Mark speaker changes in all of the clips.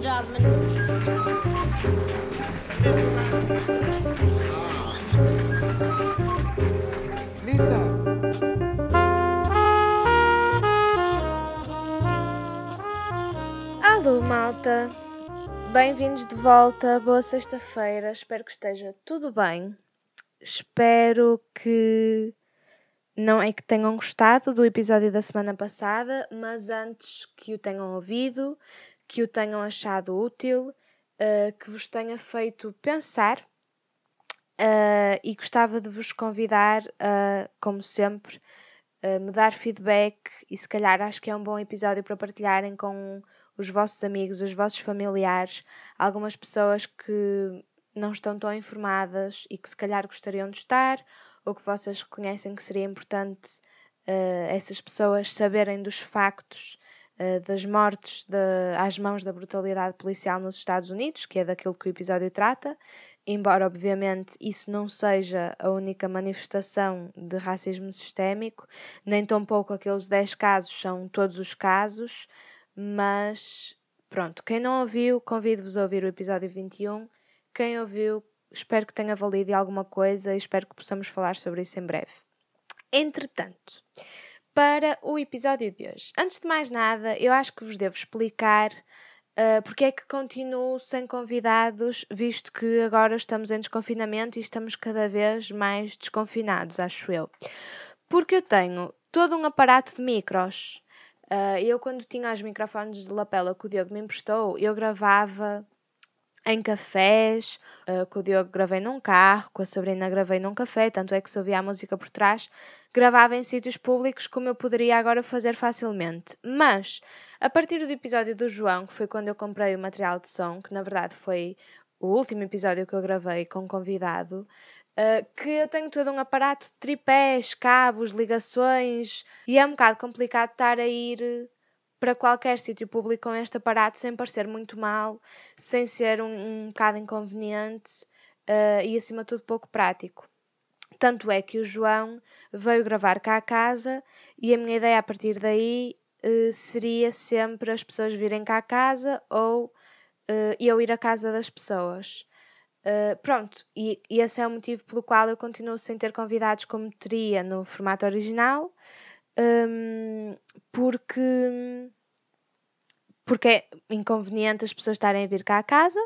Speaker 1: gentlemen.
Speaker 2: Lisa,
Speaker 3: Alô, malta! Bem-vindos de volta, boa sexta-feira, espero que esteja tudo bem. Espero que não é que tenham gostado do episódio da semana passada, mas antes que o tenham ouvido, que o tenham achado útil, eh, que vos tenha feito pensar eh, e gostava de vos convidar a, como sempre, eh, me dar feedback e se calhar acho que é um bom episódio para partilharem com os vossos amigos, os vossos familiares, algumas pessoas que não estão tão informadas e que se calhar gostariam de estar, ou que vocês reconhecem que seria importante eh, essas pessoas saberem dos factos eh, das mortes de- às mãos da brutalidade policial nos Estados Unidos, que é daquilo que o episódio trata, embora obviamente isso não seja a única manifestação de racismo sistémico, nem tampouco aqueles 10 casos são todos os casos, mas pronto, quem não ouviu, convido-vos a ouvir o episódio 21. Quem ouviu, espero que tenha valido alguma coisa e espero que possamos falar sobre isso em breve. Entretanto, para o episódio de hoje, antes de mais nada, eu acho que vos devo explicar ah, porque é que continuo sem convidados, visto que agora estamos em desconfinamento e estamos cada vez mais desconfinados, acho eu. Porque eu tenho todo um aparato de micros. Ah, eu, quando tinha os microfones de lapela que o Diogo me emprestou, eu gravava em cafés, ah, com o Diogo gravei num carro, com a Sabrina gravei num café, tanto é que se ouvia a música por trás, gravava em sítios públicos como eu poderia agora fazer facilmente. Mas, a partir do episódio do João, que foi quando eu comprei o material de som, que na verdade foi o último episódio que eu gravei com um convidado, Uh, que eu tenho todo um aparato de tripés, cabos, ligações e é um bocado complicado estar a ir uh, para qualquer sítio público com este aparato sem parecer muito mal, sem ser um, um bocado inconveniente uh, e acima de tudo pouco prático. Tanto é que o João veio gravar cá a casa e a minha ideia a partir daí uh, seria sempre as pessoas virem cá a casa ou uh, eu ir à casa das pessoas. Uh, pronto, e, e esse é o motivo pelo qual eu continuo sem ter convidados como teria no formato original, hum, porque, porque é inconveniente as pessoas estarem a vir cá a casa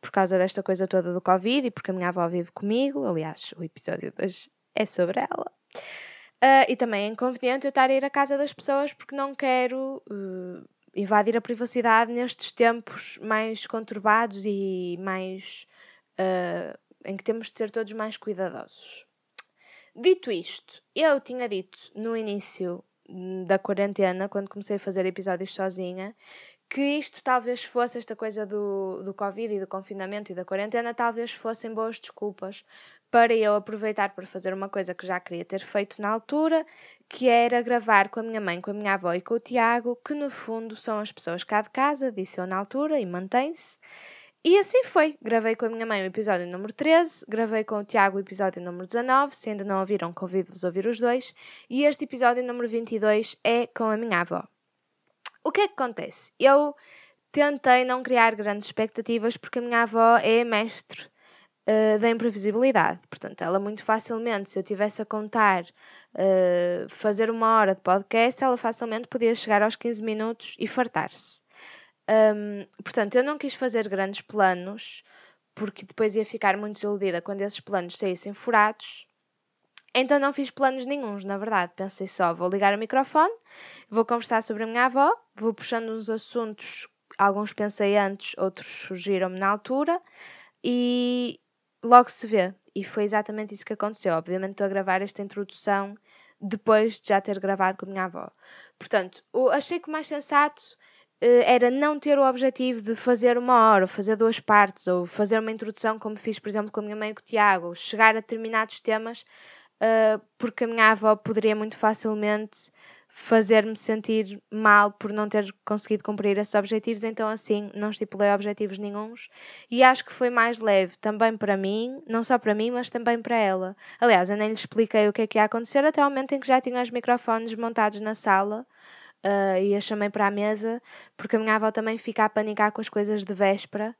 Speaker 3: por causa desta coisa toda do Covid e porque a minha avó vive comigo. Aliás, o episódio de hoje é sobre ela. Ah, e também é inconveniente eu estar a ir à casa das pessoas porque não quero uh, invadir a privacidade nestes tempos mais conturbados e mais eh, em que temos de ser todos mais cuidadosos. Dito isto, eu tinha dito no início hum, da quarentena, quando comecei a fazer episódios sozinha, que isto talvez fosse, esta coisa do, do Covid e do confinamento e da quarentena, talvez fossem boas desculpas para eu aproveitar para fazer uma coisa que já queria ter feito na altura, que era gravar com a minha mãe, com a minha avó e com o Tiago, que no fundo são as pessoas cá de casa, disse eu na altura e mantém-se. E assim foi. Gravei com a minha mãe o episódio número 13, gravei com o Tiago o episódio número 19. Se ainda não ouviram, convido-vos a ouvir os dois. E este episódio número 22 é com a minha avó. O que é que acontece? Eu tentei não criar grandes expectativas porque a minha avó é mestre eh, da imprevisibilidade. Portanto, ela muito facilmente, se eu tivesse a contar eh, fazer uma hora de podcast, ela facilmente podia chegar aos 15 minutos e fartar-se. Hum, portanto, eu não quis fazer grandes planos, porque depois ia ficar muito desiludida quando esses planos saíssem furados. Então não fiz planos nenhuns, na verdade. Pensei só, vou ligar o microfone, vou conversar sobre a minha avó, vou puxando uns assuntos, alguns pensei antes, outros surgiram-me na altura, e logo se vê. E foi exatamente isso que aconteceu. Obviamente estou a gravar esta introdução depois de já ter gravado com a minha avó. Portanto, o- achei que o mais sensato eh, era não ter o objetivo de fazer uma hora, ou fazer duas partes, ou fazer uma introdução, como fiz, por exemplo, com a minha mãe e com o Tiago, ou chegar a determinados temas, eh, porque a minha avó poderia muito facilmente fazer-me sentir mal por não ter conseguido cumprir esses objetivos, então assim não estipulei objetivos nenhuns e acho que foi mais leve também para mim, não só para mim, mas também para ela. Aliás, eu nem lhe expliquei o que é que ia acontecer até ao momento em que já tinha os microfones montados na sala ah, e a chamei para a mesa, porque a minha avó também fica a panicar com as coisas de véspera,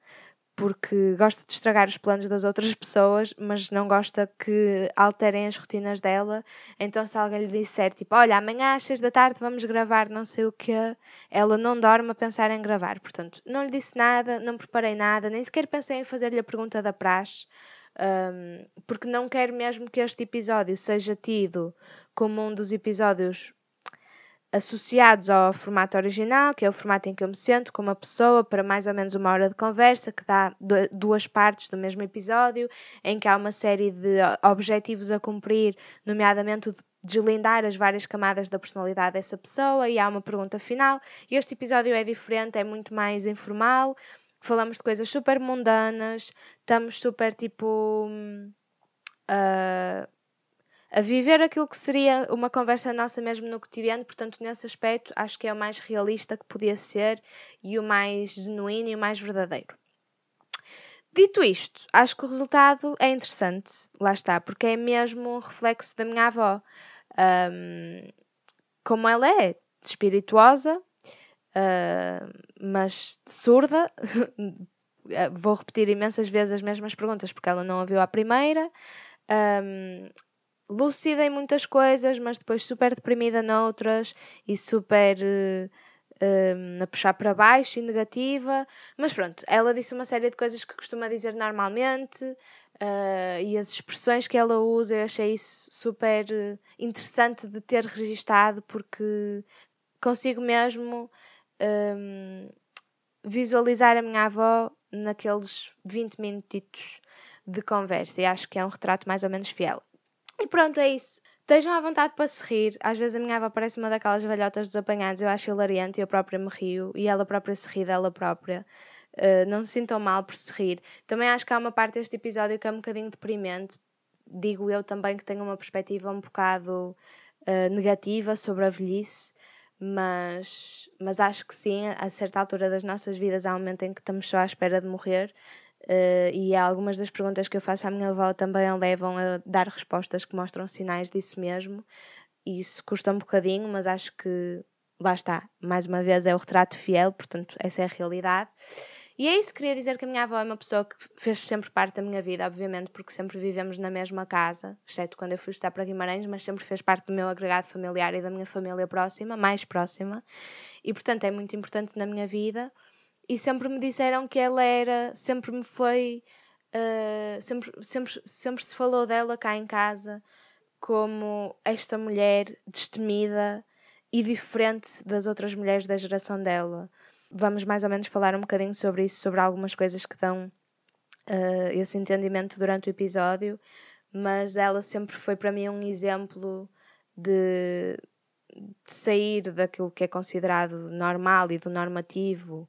Speaker 3: porque gosta de estragar os planos das outras pessoas, mas não gosta que alterem as rotinas dela. Então, se alguém lhe disser, tipo, olha, amanhã às seis da tarde vamos gravar não sei o quê, ela não dorme a pensar em gravar. Portanto, não lhe disse nada, não preparei nada, nem sequer pensei em fazer-lhe a pergunta da praxe, hum, porque não quero mesmo que este episódio seja tido como um dos episódios associados ao formato original, que é o formato em que eu me sento com uma pessoa para mais ou menos uma hora de conversa, que dá du- duas partes do mesmo episódio, em que há uma série de o- objetivos a cumprir, nomeadamente o de deslindar as várias camadas da personalidade dessa pessoa e há uma pergunta final. E este episódio é diferente, é muito mais informal, falamos de coisas super mundanas, estamos super tipo. hum, ah, a viver aquilo que seria uma conversa nossa mesmo no cotidiano, portanto, nesse aspecto, acho que é o mais realista que podia ser e o mais genuíno e o mais verdadeiro. Dito isto, acho que o resultado é interessante, lá está, porque é mesmo um reflexo da minha avó. Ahm, como ela é espirituosa, ah, mas surda, eh, vou repetir imensas vezes as mesmas perguntas porque ela não ouviu à primeira. Ahm, lúcida em muitas coisas, mas depois super deprimida noutras e super eh, eh, a puxar para baixo e negativa. Mas pronto, ela disse uma série de coisas que costuma dizer normalmente eh, e as expressões que ela usa, eu achei isso super eh, interessante de ter registado porque consigo mesmo hum, visualizar a minha avó naqueles 20 minutitos de conversa e acho que é um retrato mais ou menos fiel. E pronto, é isso. Estejam à vontade para se rir. Às vezes a minha avó parece uma daquelas velhotas dos apanhados, eu acho hilariante e eu própria me rio e ela própria se ri dela própria. Uh, não se sintam mal por se rir. Também acho que há uma parte deste episódio que é um bocadinho deprimente. Digo eu também que tenho uma perspectiva um bocado uh, negativa sobre a velhice, mas, mas acho que sim, a certa altura das nossas vidas há um momento em que estamos só à espera de morrer eh, e algumas das perguntas que eu faço à minha avó também a levam a dar respostas que mostram sinais disso mesmo e isso custa um bocadinho, mas acho que lá está, mais uma vez é o retrato fiel, portanto essa é a realidade. E é isso, queria dizer que a minha avó é uma pessoa que fez sempre parte da minha vida, obviamente, porque sempre vivemos na mesma casa, exceto quando eu fui estudar para Guimarães, mas sempre fez parte do meu agregado familiar e da minha família próxima, mais próxima, e portanto é muito importante na minha vida. E sempre me disseram que ela era, sempre me foi, eh, sempre, sempre, sempre se falou dela cá em casa como esta mulher destemida e diferente das outras mulheres da geração dela. Vamos mais ou menos falar um bocadinho sobre isso, sobre algumas coisas que dão eh, esse entendimento durante o episódio, mas ela sempre foi para mim um exemplo de, de sair daquilo que é considerado normal e do normativo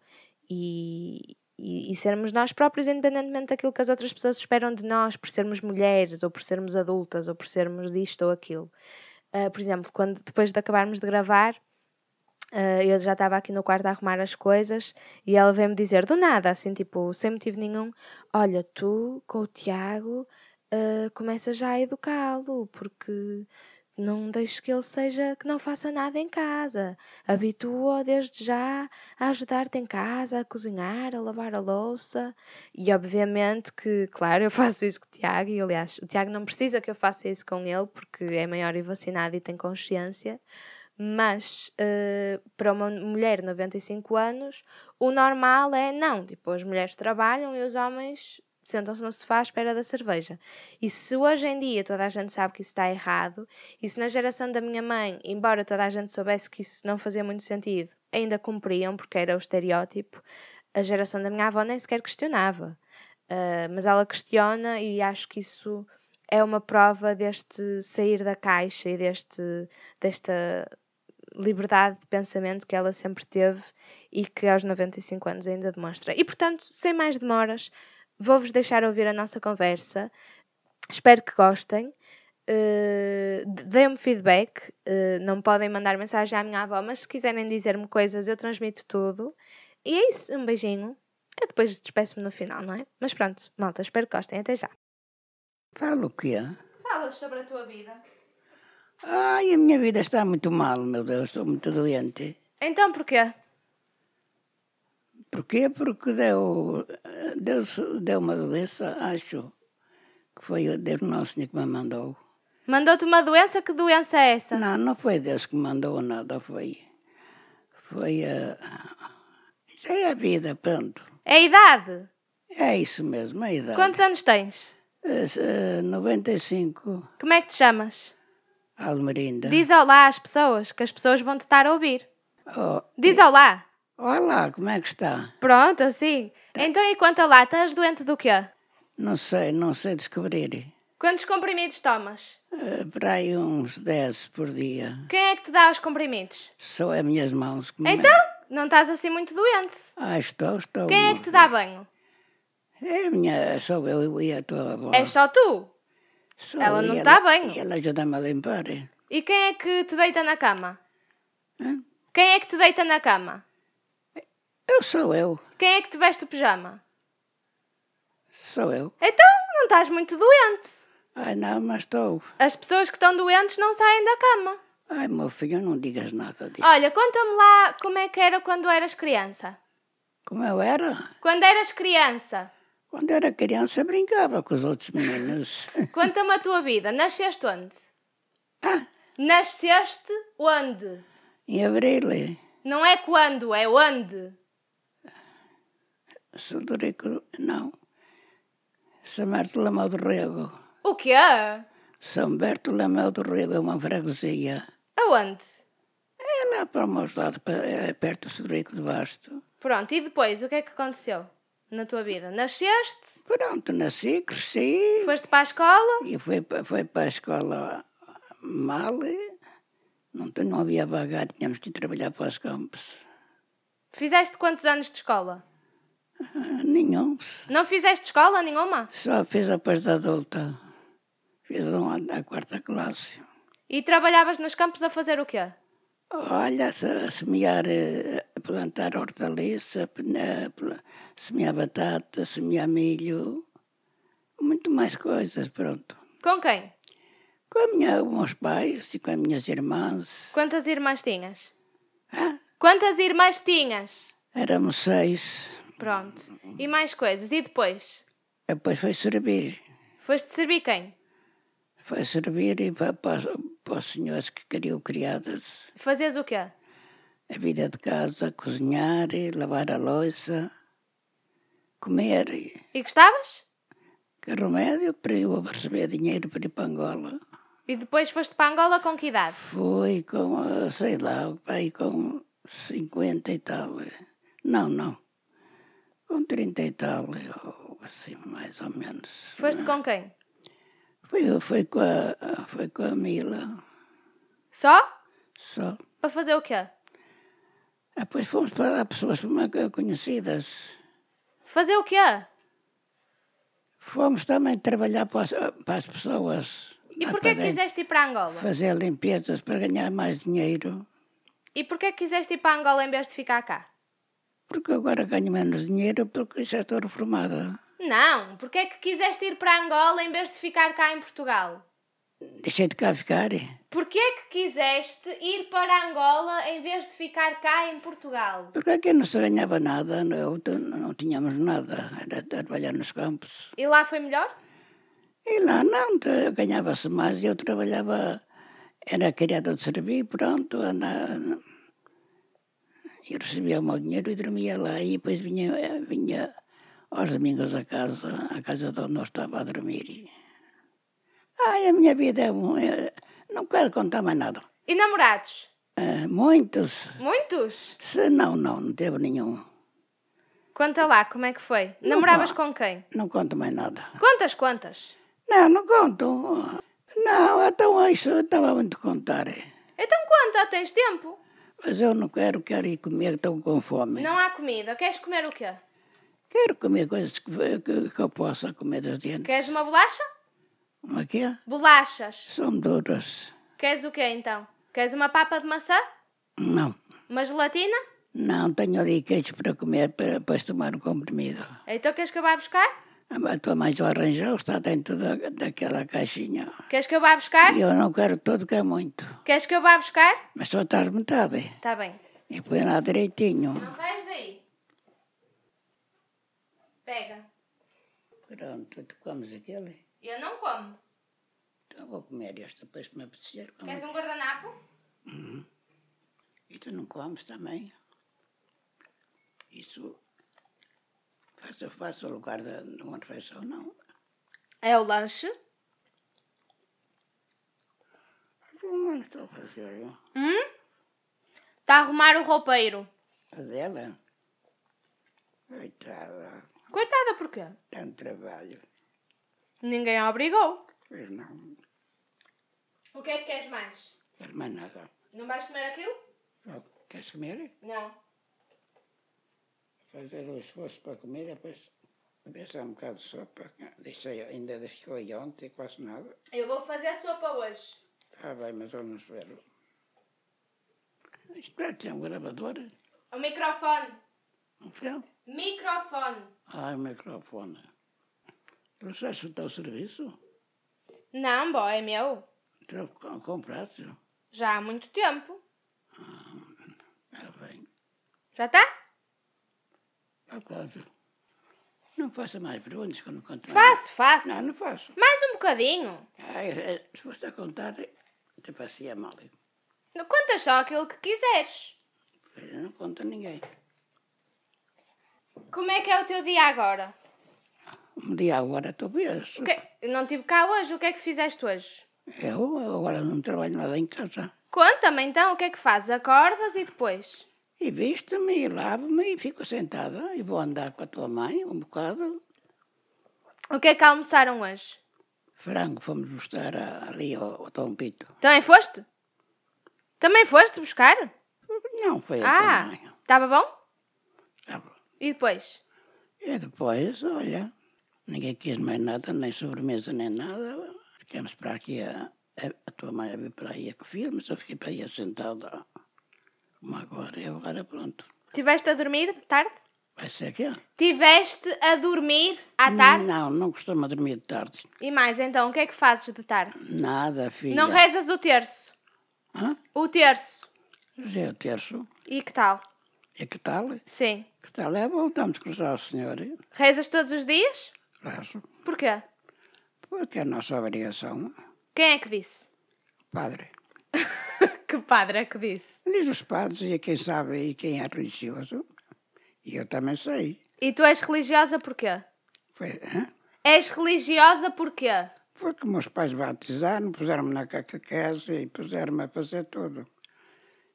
Speaker 3: e, e, e sermos nós próprios, independentemente daquilo que as outras pessoas esperam de nós, por sermos mulheres, ou por sermos adultas, ou por sermos disto ou aquilo. Ah, por exemplo, quando depois de acabarmos de gravar, ah, eu já estava aqui no quarto a arrumar as coisas e ela veio-me dizer do nada, assim, tipo, sem motivo nenhum: Olha, tu com o Tiago ah, começa já a educá-lo, porque não deixes que ele seja, que não faça nada em casa. Habitua-o desde já a ajudar-te em casa, a cozinhar, a lavar a louça. E obviamente que, claro, eu faço isso com o Tiago, e aliás, o Tiago não precisa que eu faça isso com ele, porque é maior e vacinado e tem consciência. Mas eh, para uma mulher de 95 anos, o normal é não. Tipo, as mulheres trabalham e os homens sentam-se no sofá à espera da cerveja. E se hoje em dia toda a gente sabe que isso está errado, e se na geração da minha mãe, embora toda a gente soubesse que isso não fazia muito sentido, ainda cumpriam porque era o estereótipo, a geração da minha avó nem sequer questionava. Ah, mas ela questiona e acho que isso é uma prova deste sair da caixa e deste, desta liberdade de pensamento que ela sempre teve e que aos 95 anos ainda demonstra. E portanto, sem mais demoras, vou-vos deixar ouvir a nossa conversa. Espero que gostem. Uh, d- deem-me feedback. uh, não podem mandar mensagem à minha avó, mas se quiserem dizer-me coisas, eu transmito tudo. E é isso. Um beijinho. Eu depois despeço-me no final, não é? Mas pronto, malta, espero que gostem. Até já.
Speaker 1: Fala o quê?
Speaker 3: Falas sobre a tua vida.
Speaker 1: Ai, a minha vida está muito mal, meu Deus, estou muito doente.
Speaker 3: Então porquê?
Speaker 1: Porquê? Porque deu, deu, deu uma doença, acho que foi Deus Nosso Senhor que me mandou.
Speaker 3: Mandou-te uma doença? Que doença é essa?
Speaker 1: Não, não foi Deus que me mandou nada, foi. Foi. eh, isso é a vida, pronto.
Speaker 3: É a idade?
Speaker 1: É isso mesmo, é a idade.
Speaker 3: Quantos anos tens?
Speaker 1: Eh, se- eh, 95,
Speaker 3: Como é que te chamas?
Speaker 1: Almerinda.
Speaker 3: Diz olá às pessoas, que as pessoas vão te estar a ouvir.
Speaker 1: Oh,
Speaker 3: Diz olá.
Speaker 1: olá, como é que está?
Speaker 3: Pronto, assim. Então e quanto a lá, estás doente do quê?
Speaker 1: Não sei, não sei descobrir.
Speaker 3: Quantos comprimidos tomas?
Speaker 1: Eh, Para aí uns 10 por dia.
Speaker 3: Quem é que te dá os comprimidos?
Speaker 1: Só é minhas mãos que me-
Speaker 3: Então, não estás assim muito doente.
Speaker 1: Ah, estou, estou.
Speaker 3: Quem é que te dá banho?
Speaker 1: É a minha, sou eu e a tua avó.
Speaker 3: És É só tu.
Speaker 1: Sou
Speaker 3: ela não
Speaker 1: e
Speaker 3: está bem.
Speaker 1: e Ela ajuda-me a limpar. eh?
Speaker 3: E quem é que te deita na cama?
Speaker 1: Hã?
Speaker 3: Quem é que te deita na cama?
Speaker 1: Eu sou eu,
Speaker 3: Quem é que te veste o pijama?
Speaker 1: sou eu.
Speaker 3: Então, não estás muito doente.
Speaker 1: Ai, não, mas estou.
Speaker 3: As pessoas que estão doentes não saem da cama.
Speaker 1: Ai, meu filho, não digas nada disso.
Speaker 3: Olha, conta-me lá como é que era quando eras criança.
Speaker 1: Como eu era?
Speaker 3: Quando eras criança,
Speaker 1: Quando era criança, brincava com os outros meninos.
Speaker 3: conta-me a tua vida. Nasceste onde?
Speaker 1: ah,
Speaker 3: Nasceste onde?
Speaker 1: em abril, eh,
Speaker 3: Não é quando, é onde.
Speaker 1: Sodorico, não. São Bartolomeu do Rego.
Speaker 3: O quê? Aonde?
Speaker 1: São Bartolomeu do Rego é uma freguesia. É lá para o meu lado, é perto do Sodorico de Basto.
Speaker 3: Pronto, e depois, o que é que aconteceu na tua vida? Nasceste,
Speaker 1: Pronto, nasci, cresci.
Speaker 3: foste para a escola,
Speaker 1: E foi, pa- foi para a escola mal, eh, não, te- não havia vagar, tínhamos que ir trabalhar para os campos.
Speaker 3: fizeste quantos anos de escola?
Speaker 1: Ah, Nenhum.
Speaker 3: Não fizeste escola nenhuma?
Speaker 1: Só fiz a parte da adulta. Fiz um ano da quarta classe.
Speaker 3: E trabalhavas nos campos a fazer o quê?
Speaker 1: Olha, se- a semear, eh, a plantar hortaliça, pen- eh, pla- semear batata, semear milho, muito mais coisas, pronto.
Speaker 3: Com quem?
Speaker 1: Com, a minha, com meus pais e com as minhas irmãs,
Speaker 3: Quantas irmãs tinhas?
Speaker 1: Ah.
Speaker 3: Quantas irmãs tinhas?
Speaker 1: éramos seis.
Speaker 3: Pronto. E mais coisas. E depois?
Speaker 1: Depois foi servir.
Speaker 3: Foste servir quem?
Speaker 1: Foi servir e para, para, para os senhores que queriam criadas.
Speaker 3: Fazes o quê?
Speaker 1: A vida de casa, cozinhar, e lavar a louça, comer. E
Speaker 3: E gostavas?
Speaker 1: Que remédio para eu receber dinheiro para ir para Angola.
Speaker 3: E depois foste para Angola com que idade?
Speaker 1: Fui com, ah, sei lá, pai com 50 e tal. eh. Não, não. Com 30 e tal, eh, ou assim, mais ou menos.
Speaker 3: Foste com quem?
Speaker 1: Foi, foi, com, a, foi com a Mila,
Speaker 3: Só?
Speaker 1: só.
Speaker 3: Para fazer o quê?
Speaker 1: Ah, Depois fomos para lá, pessoas uma- conhecidas.
Speaker 3: Fazer o quê?
Speaker 1: Fomos também trabalhar para as, para as pessoas.
Speaker 3: E
Speaker 1: lá
Speaker 3: porquê
Speaker 1: para
Speaker 3: que
Speaker 1: dentro,
Speaker 3: quiseste ir para Angola?
Speaker 1: Fazer limpezas para ganhar mais dinheiro.
Speaker 3: E porquê que quiseste ir para Angola em vez de ficar cá?
Speaker 1: Porque agora ganho menos dinheiro porque já estou reformada.
Speaker 3: Não, porquê que quiseste ir para Angola em vez de ficar cá em Portugal?
Speaker 1: Deixei de cá ficar.
Speaker 3: Porquê que quiseste ir para Angola em vez de ficar cá em Portugal?
Speaker 1: Porque aqui não se ganhava nada, não, eu t- não tínhamos nada. Era trabalhar nos campos.
Speaker 3: E lá foi melhor?
Speaker 1: E lá não, t- ganhava-se mais. Eu trabalhava, era criada de servir, pronto. Andava, eu recebia o meu dinheiro e dormia lá. E depois vinha, eh, vinha aos domingos a casa, a casa de onde eu estava a dormir. Ai, a minha vida é. um- é- Não quero contar mais nada.
Speaker 3: E namorados?
Speaker 1: Eh, muitos.
Speaker 3: Muitos?
Speaker 1: Se não, não, não teve nenhum.
Speaker 3: Conta lá, como é que foi?
Speaker 1: Não
Speaker 3: Namoravas
Speaker 1: vá.
Speaker 3: com quem?
Speaker 1: Não conto mais nada.
Speaker 3: Quantas, quantas?
Speaker 1: Não, não conto. Não, então isso eu estava muito a contar. eh.
Speaker 3: Então conta, tens tempo?
Speaker 1: Mas eu não quero, quero ir comer, estou com fome.
Speaker 3: Não há comida, queres comer o quê?
Speaker 1: Quero comer coisas que, que, que eu possa comer das dentes.
Speaker 3: Queres uma bolacha?
Speaker 1: Uma que é?
Speaker 3: Bolachas.
Speaker 1: São duras.
Speaker 3: Queres o quê então? Queres uma papa de maçã?
Speaker 1: Não.
Speaker 3: Uma gelatina?
Speaker 1: Não, tenho ali queijo para comer, para depois tomar um comprimido. Ah,
Speaker 3: Então queres que eu vá buscar?
Speaker 1: A tua mãe já arranjou, está dentro da, daquela caixinha.
Speaker 3: Queres que eu vá buscar?
Speaker 1: E eu não quero tudo, que é muito.
Speaker 3: Queres que eu vá buscar?
Speaker 1: Mas só estás metade.
Speaker 3: Tá bem.
Speaker 1: E põe lá direitinho.
Speaker 3: Não saias daí. Pega.
Speaker 1: Pronto, tu comes aquele?
Speaker 3: Eu não como.
Speaker 1: Então vou comer este depois se me apetecer. como
Speaker 3: Queres um guardanapo?
Speaker 1: E tu não comes também? Isso faça, faça o lugar da- de uma refeição, não.
Speaker 3: É o lanche?
Speaker 1: Eu não estou a fazer. ó.
Speaker 3: Hum? Está a arrumar o roupeiro.
Speaker 1: A dela, coitada,
Speaker 3: Coitada, porquê?
Speaker 1: tanto trabalho.
Speaker 3: Ninguém a obrigou.
Speaker 1: Pois não,
Speaker 3: O que é que queres mais?
Speaker 1: quer mais nada.
Speaker 3: Não vais comer aquilo?
Speaker 1: Ó, Queres comer?
Speaker 3: Não.
Speaker 1: Fazer o esforço para comer, depois deixar um bocado de sopa. que Deixei, ainda ficou aí ontem, quase nada.
Speaker 3: Eu vou fazer sopa hoje.
Speaker 1: Ah, bem, mas vamos ver. Isto é, tem um gravador,
Speaker 3: O microfone.
Speaker 1: um fio.
Speaker 3: Microfone.
Speaker 1: Ah, o microfone. Trouxeste o teu serviço?
Speaker 3: Não, bó, é meu.
Speaker 1: Trou- com- Compraste?
Speaker 3: Já há muito tempo.
Speaker 1: Ah, bem.
Speaker 3: Já tá? está?
Speaker 1: Ah, claro. Não faça mais perguntas quando contar.
Speaker 3: Faço, faço.
Speaker 1: Não, não faço.
Speaker 3: Mais um bocadinho.
Speaker 1: Ah, é- é- se fosse a contar, tipo assim, é te fazia mal.
Speaker 3: Conta só aquilo que quiseres.
Speaker 1: Eu não conto a ninguém.
Speaker 3: Como é que é o teu dia agora?
Speaker 1: Um dia agora tu vês.
Speaker 3: O que- Não estive cá hoje. O que é que fizeste hoje?
Speaker 1: Eu agora não trabalho nada em casa.
Speaker 3: Conta-me então o que é que fazes. Acordas e depois?
Speaker 1: E visto-me, e lavo-me, e fico sentada. E vou andar com a tua mãe um bocado.
Speaker 3: O que é que almoçaram hoje?
Speaker 1: Frango, fomos buscar a- ali ao, ao Tom Pito.
Speaker 3: Também foste? Também foste buscar?
Speaker 1: Não, foi a
Speaker 3: Ah.
Speaker 1: tua mãe.
Speaker 3: Estava bom?
Speaker 1: Tá bom.
Speaker 3: E depois?
Speaker 1: E depois, olha, ninguém quis mais nada, nem sobremesa, nem nada. Ficamos para aqui, a, a- a tua mãe a vir para aí a que filmes, eu fiquei para aí sentada. Como agora, e agora pronto.
Speaker 3: Tiveste a dormir de tarde?
Speaker 1: Vai ser que é.
Speaker 3: Tiveste a dormir à tarde?
Speaker 1: Não, não costumo dormir de tarde.
Speaker 3: E mais então, o que é que fazes de tarde?
Speaker 1: Nada, filha.
Speaker 3: Não rezas o terço.
Speaker 1: Hã?
Speaker 3: O terço.
Speaker 1: Já é o terço.
Speaker 3: E que tal?
Speaker 1: E que tal?
Speaker 3: Sim.
Speaker 1: Que tal é? Voltamos a cruzar o senhor.
Speaker 3: Rezas todos os dias?
Speaker 1: Rezo.
Speaker 3: Porquê?
Speaker 1: Porque é a nossa obrigação.
Speaker 3: Quem é que disse?
Speaker 1: Padre.
Speaker 3: que padre é que disse?
Speaker 1: Diz os padres e quem sabe e quem é religioso. E eu também sei.
Speaker 3: E tu és religiosa porquê?
Speaker 1: Foi, hã?
Speaker 3: És religiosa porquê?
Speaker 1: Porque meus pais batizaram, puseram-me na cacaquese e puseram-me a fazer tudo.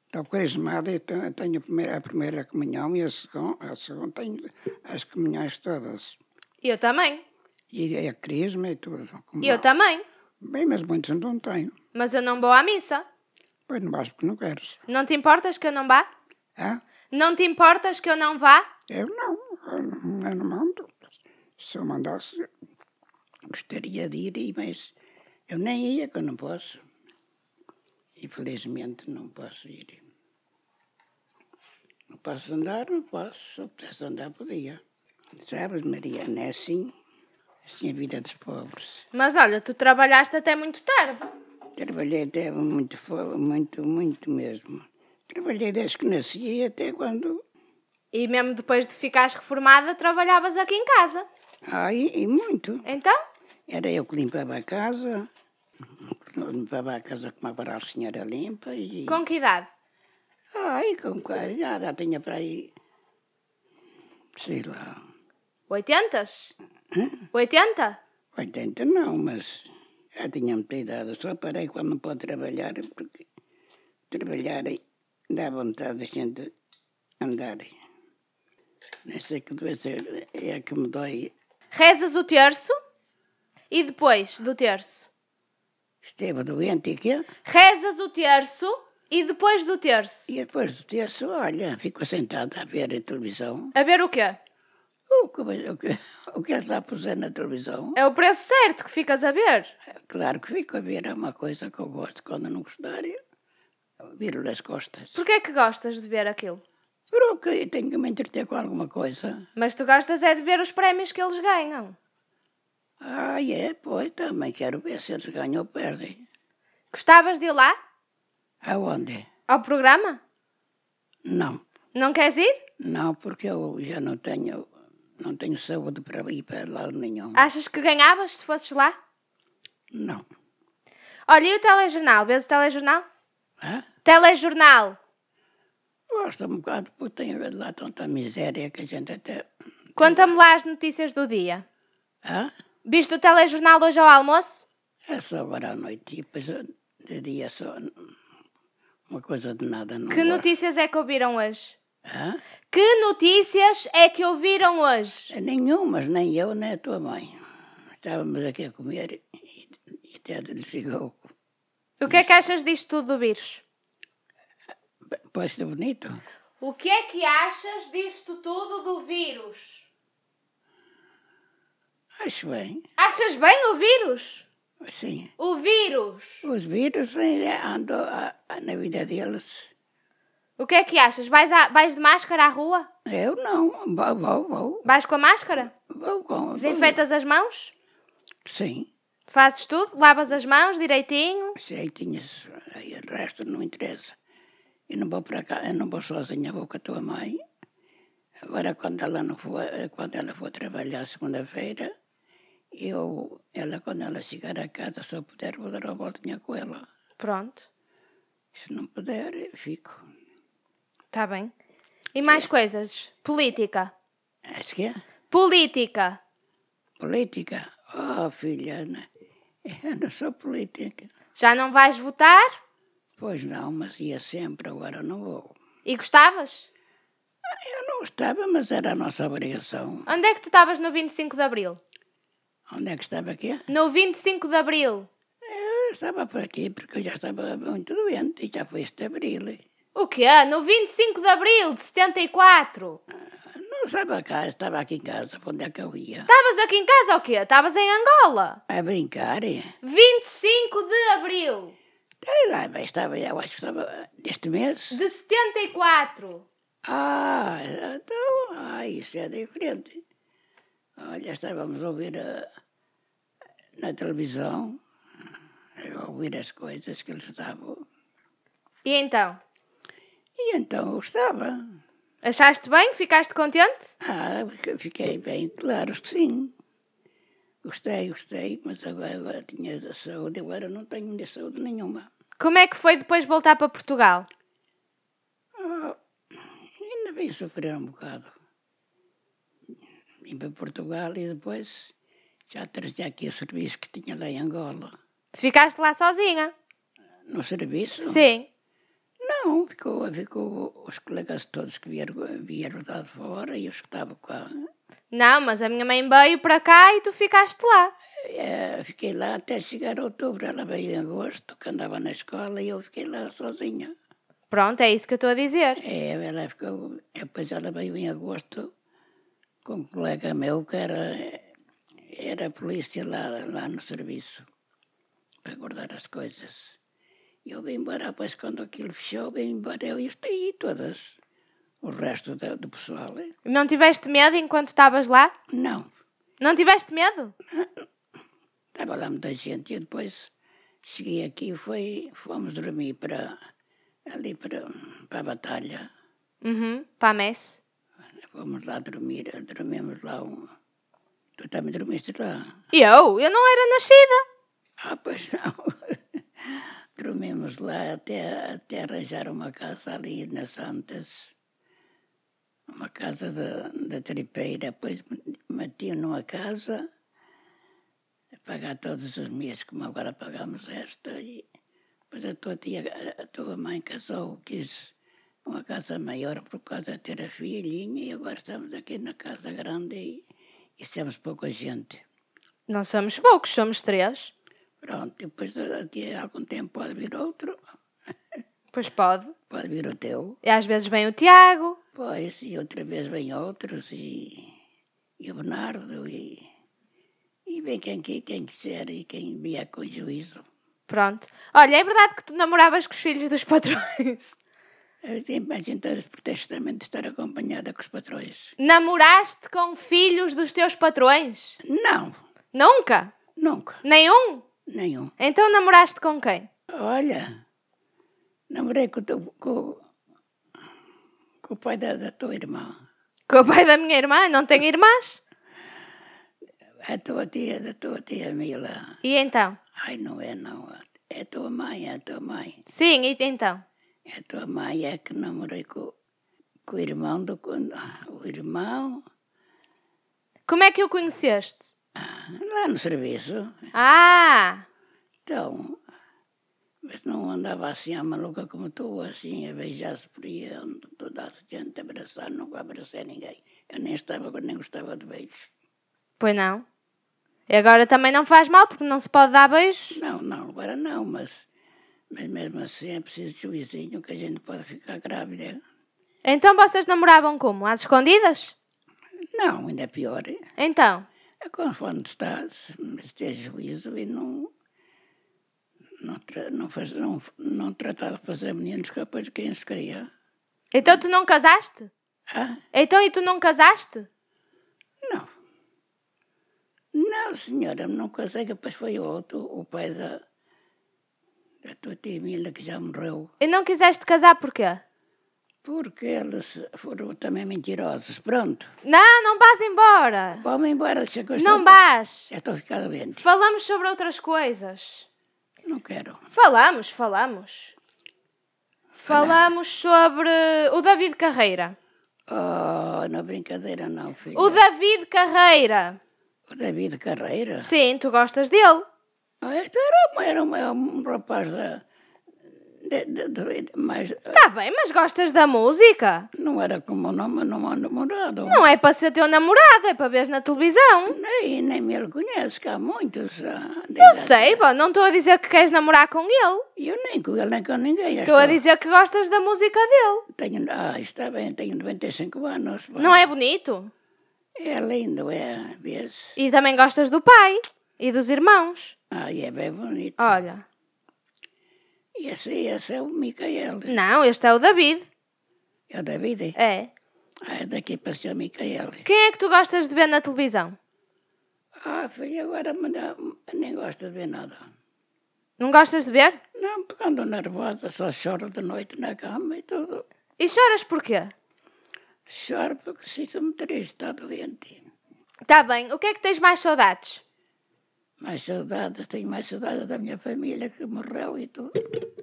Speaker 1: Então, Estou crismada e te- tenho a primeira, a primeira comunhão e a segunda, a segunda tenho as comunhões todas.
Speaker 3: Eu também.
Speaker 1: E a crisma e tudo. Como-
Speaker 3: Eu também.
Speaker 1: Bem, mas muitos não têm.
Speaker 3: Mas eu não vou à missa.
Speaker 1: Pois não vais porque não queres.
Speaker 3: Não te importas que eu não vá?
Speaker 1: Hã?
Speaker 3: Não te importas que eu não vá?
Speaker 1: Eu não, eu não- eu não mando. Se eu mandasse, gostaria de ir, e- mas eu nem ia, que eu não posso. Infelizmente não posso ir. Não posso andar, não posso. Se eu pudesse andar, podia. Sabes, Maria, não é assim? Assim é a vida dos pobres.
Speaker 3: Mas olha, tu trabalhaste até muito tarde.
Speaker 1: Trabalhei até muito, fo- muito, muito mesmo. Trabalhei desde que nasci e até quando
Speaker 3: E mesmo depois de ficares reformada, trabalhavas aqui em casa.
Speaker 1: Ah, e, e muito.
Speaker 3: Então?
Speaker 1: Era eu que limpava a casa, limpava a casa como agora a senhora limpa e.
Speaker 3: Com que idade?
Speaker 1: Ah, e com quase. Já, já tinha para aí. Sei lá.
Speaker 3: 80?
Speaker 1: hã?
Speaker 3: 80?
Speaker 1: 80 não, mas já tinha muita idade. Só parei quando não pode trabalhar, porque trabalhar dá vontade de gente andar. Não sei que doença é a que me dói.
Speaker 3: Rezas o terço e depois do terço.
Speaker 1: Esteve doente e quê?
Speaker 3: Rezas o terço e depois do terço.
Speaker 1: E depois do terço, olha, fico sentada a ver a televisão.
Speaker 3: A ver o quê?
Speaker 1: O que, o que, o que eles lá puseram na televisão,
Speaker 3: É o preço certo que ficas a ver.
Speaker 1: claro que fico a ver. É uma coisa que eu gosto. Quando não gostar, eu viro-lhe as costas.
Speaker 3: Porquê é que gostas de ver aquilo?
Speaker 1: Porque eu tenho que me entreter com alguma coisa.
Speaker 3: Mas tu gostas é de ver os prémios que eles ganham.
Speaker 1: Ah, é, pois, também quero ver se eles ganham ou perdem.
Speaker 3: Gostavas de ir lá?
Speaker 1: Aonde?
Speaker 3: Ao programa?
Speaker 1: Não,
Speaker 3: Não queres ir?
Speaker 1: não, porque eu já não tenho, não tenho saúde para ir para lado nenhum.
Speaker 3: Achas que ganhavas se fosses lá?
Speaker 1: Não.
Speaker 3: Olha, e o telejornal? Vês o telejornal?
Speaker 1: Hã?
Speaker 3: Telejornal!
Speaker 1: Gosto um bocado porque tem lá tanta miséria que a gente até.
Speaker 3: Conta-me lá as notícias do dia.
Speaker 1: Hã?
Speaker 3: Viste o telejornal hoje ao almoço?
Speaker 1: É só agora à noite e depois de dia é só uma coisa de nada. Não
Speaker 3: Que
Speaker 1: gosto.
Speaker 3: notícias é que ouviram hoje?
Speaker 1: Hã?
Speaker 3: Que notícias é que ouviram hoje?
Speaker 1: Nenhumas, nem eu, nem a tua mãe. Estávamos aqui a comer e, e até desligou.
Speaker 3: O que é que achas disto tudo do vírus?
Speaker 1: Pois é bonito.
Speaker 3: O que é que achas disto tudo do vírus?
Speaker 1: Acho bem.
Speaker 3: Achas bem o vírus?
Speaker 1: Sim.
Speaker 3: O vírus!
Speaker 1: Os vírus ainda andam a- a- na vida deles.
Speaker 3: O que é que achas? Vais, à- vais de máscara à rua?
Speaker 1: Eu não. Vou, vou, vou.
Speaker 3: Vais com a máscara?
Speaker 1: Vou com.
Speaker 3: Desinfetas as mãos?
Speaker 1: Sim.
Speaker 3: Fazes tudo? Lavas as mãos direitinho?
Speaker 1: Direitinho. Aí o resto não interessa. Eu não vou para cá, eu não vou sozinha, vou com a tua mãe. Agora, quando ela, não for, quando ela for trabalhar segunda-feira, eu, ela, quando ela chegar a casa, se eu puder, vou dar uma voltinha com ela.
Speaker 3: Pronto,
Speaker 1: Se não puder, eu fico.
Speaker 3: está Tá bem. E mais coisas? Política.
Speaker 1: Acho que é.
Speaker 3: Política.
Speaker 1: Política? Oh, filha, né? eu não sou política.
Speaker 3: Já não vais votar?
Speaker 1: Pois não, mas ia sempre, agora não vou.
Speaker 3: E gostavas?
Speaker 1: Eu não gostava, mas era a nossa obrigação.
Speaker 3: Onde é que tu estavas no 25 de Abril?
Speaker 1: Onde é que estava aqui?
Speaker 3: No 25 de Abril.
Speaker 1: Eu estava por aqui porque eu já estava muito doente e já foi este abril.
Speaker 3: O quê? No 25 de Abril de 74?
Speaker 1: Não estava cá, estava aqui em casa, para onde é que eu ia?
Speaker 3: Estavas aqui em casa ou quê? Estavas em Angola.
Speaker 1: A brincar? e-
Speaker 3: 25 de Abril
Speaker 1: Sei lá, mas estava, eu acho que estava deste mês.
Speaker 3: de 74.
Speaker 1: Ah, então, ah, isso é diferente. Olha, estávamos a ouvir eh, na televisão, a ouvir as coisas que eles davam.
Speaker 3: E então?
Speaker 1: E então eu estava.
Speaker 3: Achaste bem? Ficaste contente?
Speaker 1: Ah, porque fiquei bem, claro que sim. Gostei, gostei, mas agora, agora tinha da saúde, agora não tenho nem saúde nenhuma.
Speaker 3: Como é que foi depois voltar para Portugal?
Speaker 1: Ah, ainda vim sofrer um bocado. Vim para Portugal e depois já trazia aqui o serviço que tinha lá em Angola.
Speaker 3: Ficaste lá sozinha?
Speaker 1: No serviço?
Speaker 3: Sim.
Speaker 1: Não, ficou, ficou os colegas todos que vieram, vieram lá de fora e os que estavam cá.
Speaker 3: Não, mas a minha mãe veio para cá e tu ficaste lá.
Speaker 1: Eh, fiquei lá até chegar a outubro. Ela veio em agosto, que andava na escola, e eu fiquei lá sozinha.
Speaker 3: Pronto, é isso que eu estou a dizer.
Speaker 1: Eh, ela ficou, depois ela veio em agosto com um colega meu que era, era polícia lá, lá no serviço, para guardar as coisas. E Eu vim embora, depois quando aquilo fechou, vim embora eu e isto aí, todas. O resto da- do pessoal, eh,
Speaker 3: Não tiveste medo enquanto estavas lá?
Speaker 1: não.
Speaker 3: Não tiveste medo?
Speaker 1: Estava lá muita gente e depois cheguei aqui e foi, fomos dormir para ali para, para a batalha.
Speaker 3: Uhum, para a messe.
Speaker 1: Fomos lá dormir, dormimos lá um. Tu também dormiste lá?
Speaker 3: E Eu? Eu não era nascida.
Speaker 1: Ah, pois não. dormimos lá até, até arranjar uma casa ali nas Santas. Uma casa da, da tripeira. Depois metiam numa casa a pagar todos os meses, como agora pagamos esta. E depois a tua tia, a tua mãe casou, quis uma casa maior por causa de ter a filhinha e agora estamos aqui na casa grande e, e temos pouca gente.
Speaker 3: Não somos poucos, somos três.
Speaker 1: Pronto, depois daqui a algum tempo pode vir outro,
Speaker 3: Pois pode.
Speaker 1: pode vir o teu.
Speaker 3: E às vezes vem o Tiago.
Speaker 1: Pois, e outra vez vem outros, e, e o Bernardo, e, e vem quem, qui- quem quiser e quem vier com juízo.
Speaker 3: Pronto. Olha, é verdade que tu namoravas com os filhos dos patrões?
Speaker 1: Eu tenho mais interesse por testamento de estar acompanhada com os patrões.
Speaker 3: Namoraste com filhos dos teus patrões?
Speaker 1: Não,
Speaker 3: Nunca?
Speaker 1: nunca,
Speaker 3: Nenhum?
Speaker 1: nenhum.
Speaker 3: Então namoraste com quem?
Speaker 1: Olha, namorei com, o teu- com, com o pai da, da tua irmã,
Speaker 3: Com o pai da minha irmã, não tenho irmãs?
Speaker 1: a tua tia, da tua tia Mila.
Speaker 3: E então?
Speaker 1: Ai, não é não, é a tua mãe, é a tua mãe.
Speaker 3: Sim, e então?
Speaker 1: É a tua mãe é que namorei com, com o irmão do... con- O irmão,
Speaker 3: Como é que o conheceste?
Speaker 1: ah, lá no serviço.
Speaker 3: Ah!
Speaker 1: Então, mas não andava assim a maluca como tu, assim, a beijar-se por aí, onde toda a gente a abraçar, nunca abracei ninguém. Eu nem estava, nem gostava de beijos.
Speaker 3: Pois não. E agora também não faz mal, porque não se pode dar beijos.
Speaker 1: Não, não, agora não, mas, mas mesmo assim é preciso de juizinho que a gente pode ficar grávida.
Speaker 3: Então vocês namoravam como? Às escondidas?
Speaker 1: Não, ainda é pior.
Speaker 3: Então.
Speaker 1: É conforme estás, mas tens juízo e não. Não, tra não, faz, não, não tratar de fazer meninos capazes de quem os cria.
Speaker 3: Então tu não casaste?
Speaker 1: Ah,
Speaker 3: Então e tu não casaste?
Speaker 1: não. Não, senhora, não casei, depois foi outro, o pai da, da tua tia Mila, que já morreu.
Speaker 3: E não quiseste casar porquê?
Speaker 1: Porque eles foram também mentirosos. Pronto,
Speaker 3: Não, não vás embora!
Speaker 1: vamos embora, se eu
Speaker 3: Não
Speaker 1: estou-
Speaker 3: vás!
Speaker 1: Já estou a ficar doente.
Speaker 3: Falamos sobre outras coisas.
Speaker 1: Não quero.
Speaker 3: Falamos, falamos. Falamos sobre o David Carreira.
Speaker 1: Oh, não é brincadeira não, filho.
Speaker 3: O David Carreira.
Speaker 1: O David Carreira?
Speaker 3: Sim, tu gostas dele.
Speaker 1: Ah, Este era, um- era um, era um rapaz da. de- de- de- de- mas ah,
Speaker 3: Tá bem, mas gostas da música?
Speaker 1: não era como o nome, não há namorado.
Speaker 3: Não é para ser teu namorado, é para veres na televisão.
Speaker 1: Nem, nem me ele conhece, que há muitos. ah,
Speaker 3: Eu
Speaker 1: desde-
Speaker 3: sei, bom, não estou a dizer que queres namorar com ele.
Speaker 1: Eu nem com ele, nem com ninguém. já
Speaker 3: Estou a
Speaker 1: estou-
Speaker 3: dizer que gostas da música dele.
Speaker 1: Tenho, ah, está bem, tenho 95 anos. pá.
Speaker 3: Não é bonito?
Speaker 1: É lindo, é, vês?
Speaker 3: E também gostas do pai e dos irmãos.
Speaker 1: Ah, e é bem bonito.
Speaker 3: Olha,
Speaker 1: E esse, esse é o Micael.
Speaker 3: não, este é o David.
Speaker 1: É o David?
Speaker 3: É.
Speaker 1: Ah, é daqui para o Sr. Micael.
Speaker 3: Quem é que tu gostas de ver na televisão?
Speaker 1: Ah, filho, agora me dá- nem gosto de ver nada.
Speaker 3: Não gostas de ver?
Speaker 1: Não, porque ando nervosa, só choro de noite na cama e tudo.
Speaker 3: E choras porquê?
Speaker 1: Choro porque sinto-me triste, está doente.
Speaker 3: Tá bem, o que é que tens mais saudades?
Speaker 1: Mais saudades, tenho mais saudades da minha família que morreu e tudo.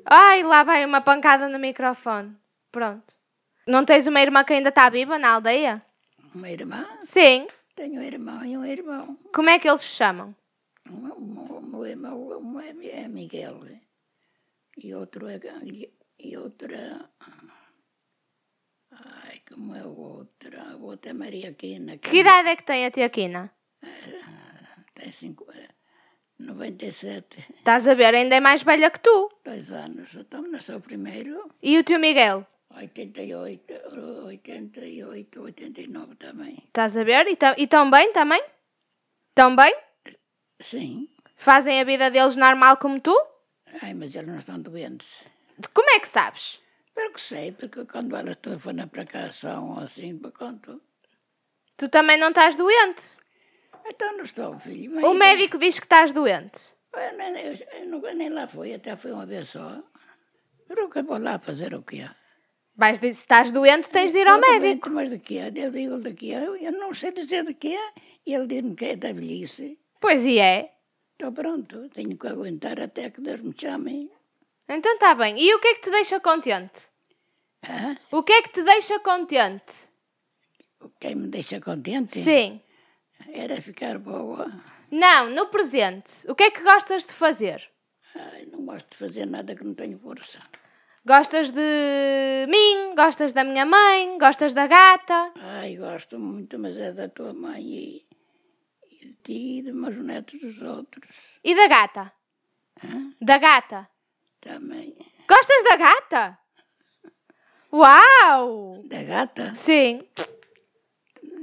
Speaker 3: Ai, lá vai uma pancada no microfone. Pronto. Não tens uma irmã que ainda está viva na aldeia?
Speaker 1: Uma irmã,
Speaker 3: Sim.
Speaker 1: tenho um irmão e um irmão.
Speaker 3: Como é que eles se chamam?
Speaker 1: Um, um, um, um irmão um é, Mi- é Miguel e outro é Gan- e- e outra. Ai, como é outra? A outra é Maria Quina.
Speaker 3: Que idade é que tem a tia Quina?
Speaker 1: Tem cinco, eh, 97,
Speaker 3: Estás a ver, ainda é mais velha que tu.
Speaker 1: dois anos. Então nasceu primeiro.
Speaker 3: E o tio Miguel?
Speaker 1: 88, 88, 89 também.
Speaker 3: Estás a ver? E tão, e tão bem também? Tão bem?
Speaker 1: Sim.
Speaker 3: Fazem a vida deles normal como tu?
Speaker 1: Ai, mas eles não estão doentes.
Speaker 3: De- Como é que sabes?
Speaker 1: Pelo que sei, porque quando elas telefonam para cá são assim, por conta.
Speaker 3: Tu também não estás doente.
Speaker 1: Então não estou, filho. mas-
Speaker 3: O médico diz que estás doente.
Speaker 1: Eu, nem- eu, eu nunca nem lá fui, até fui uma vez só. Eu nunca vou lá fazer o quê?
Speaker 3: Vais dizer, se estás doente, tens de ir ao
Speaker 1: Estou
Speaker 3: médico.
Speaker 1: doente, Mas de quê? Eu digo de quê? Eu eu não sei dizer de quê. E ele diz-me que é da velhice.
Speaker 3: Pois e é.
Speaker 1: Estou pronto, tenho que aguentar até que Deus me chame.
Speaker 3: Então está bem. E o que é que te deixa contente?
Speaker 1: Hã?
Speaker 3: O que é que te deixa contente?
Speaker 1: Quem é me deixa contente
Speaker 3: Sim.
Speaker 1: era ficar boa.
Speaker 3: Não, no presente. O que é que gostas de fazer?
Speaker 1: Ai, não gosto de fazer nada que não tenho força.
Speaker 3: Gostas de mim? Gostas da minha mãe? Gostas da gata?
Speaker 1: Ai, gosto muito, mas é da tua mãe e, e de ti e dos meus netos dos outros
Speaker 3: E da gata?
Speaker 1: Hã?
Speaker 3: Da gata?
Speaker 1: também.
Speaker 3: Gostas da gata? Uau!
Speaker 1: Da gata,
Speaker 3: Sim.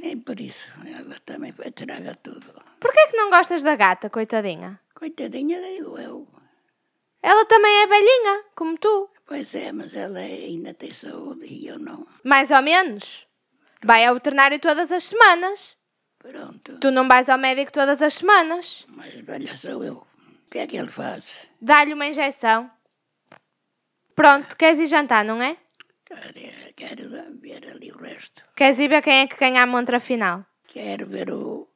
Speaker 1: nem por isso. Ela também vai traga tudo.
Speaker 3: Porquê que não gostas da gata, coitadinha?
Speaker 1: Coitadinha, digo eu.
Speaker 3: Ela também é velhinha, como tu.
Speaker 1: Pois é, mas ela ainda tem saúde e eu não.
Speaker 3: Mais ou menos. Vai ao veterinário todas as semanas.
Speaker 1: Pronto,
Speaker 3: Tu não vais ao médico todas as semanas.
Speaker 1: mas velha sou eu. O que é que ele faz?
Speaker 3: Dá-lhe uma injeção. Pronto, queres ir jantar, não é?
Speaker 1: Quero, quero ver ali o resto.
Speaker 3: Queres ir ver quem é que ganha a montra final?
Speaker 1: Quero ver o,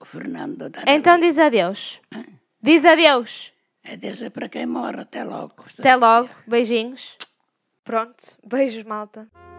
Speaker 1: o Fernando dar
Speaker 3: Então diz adeus.
Speaker 1: Hã?
Speaker 3: Diz adeus.
Speaker 1: Adeus é para quem mora. Até logo.
Speaker 3: Até logo. Beijinhos. Pronto. Beijos, malta.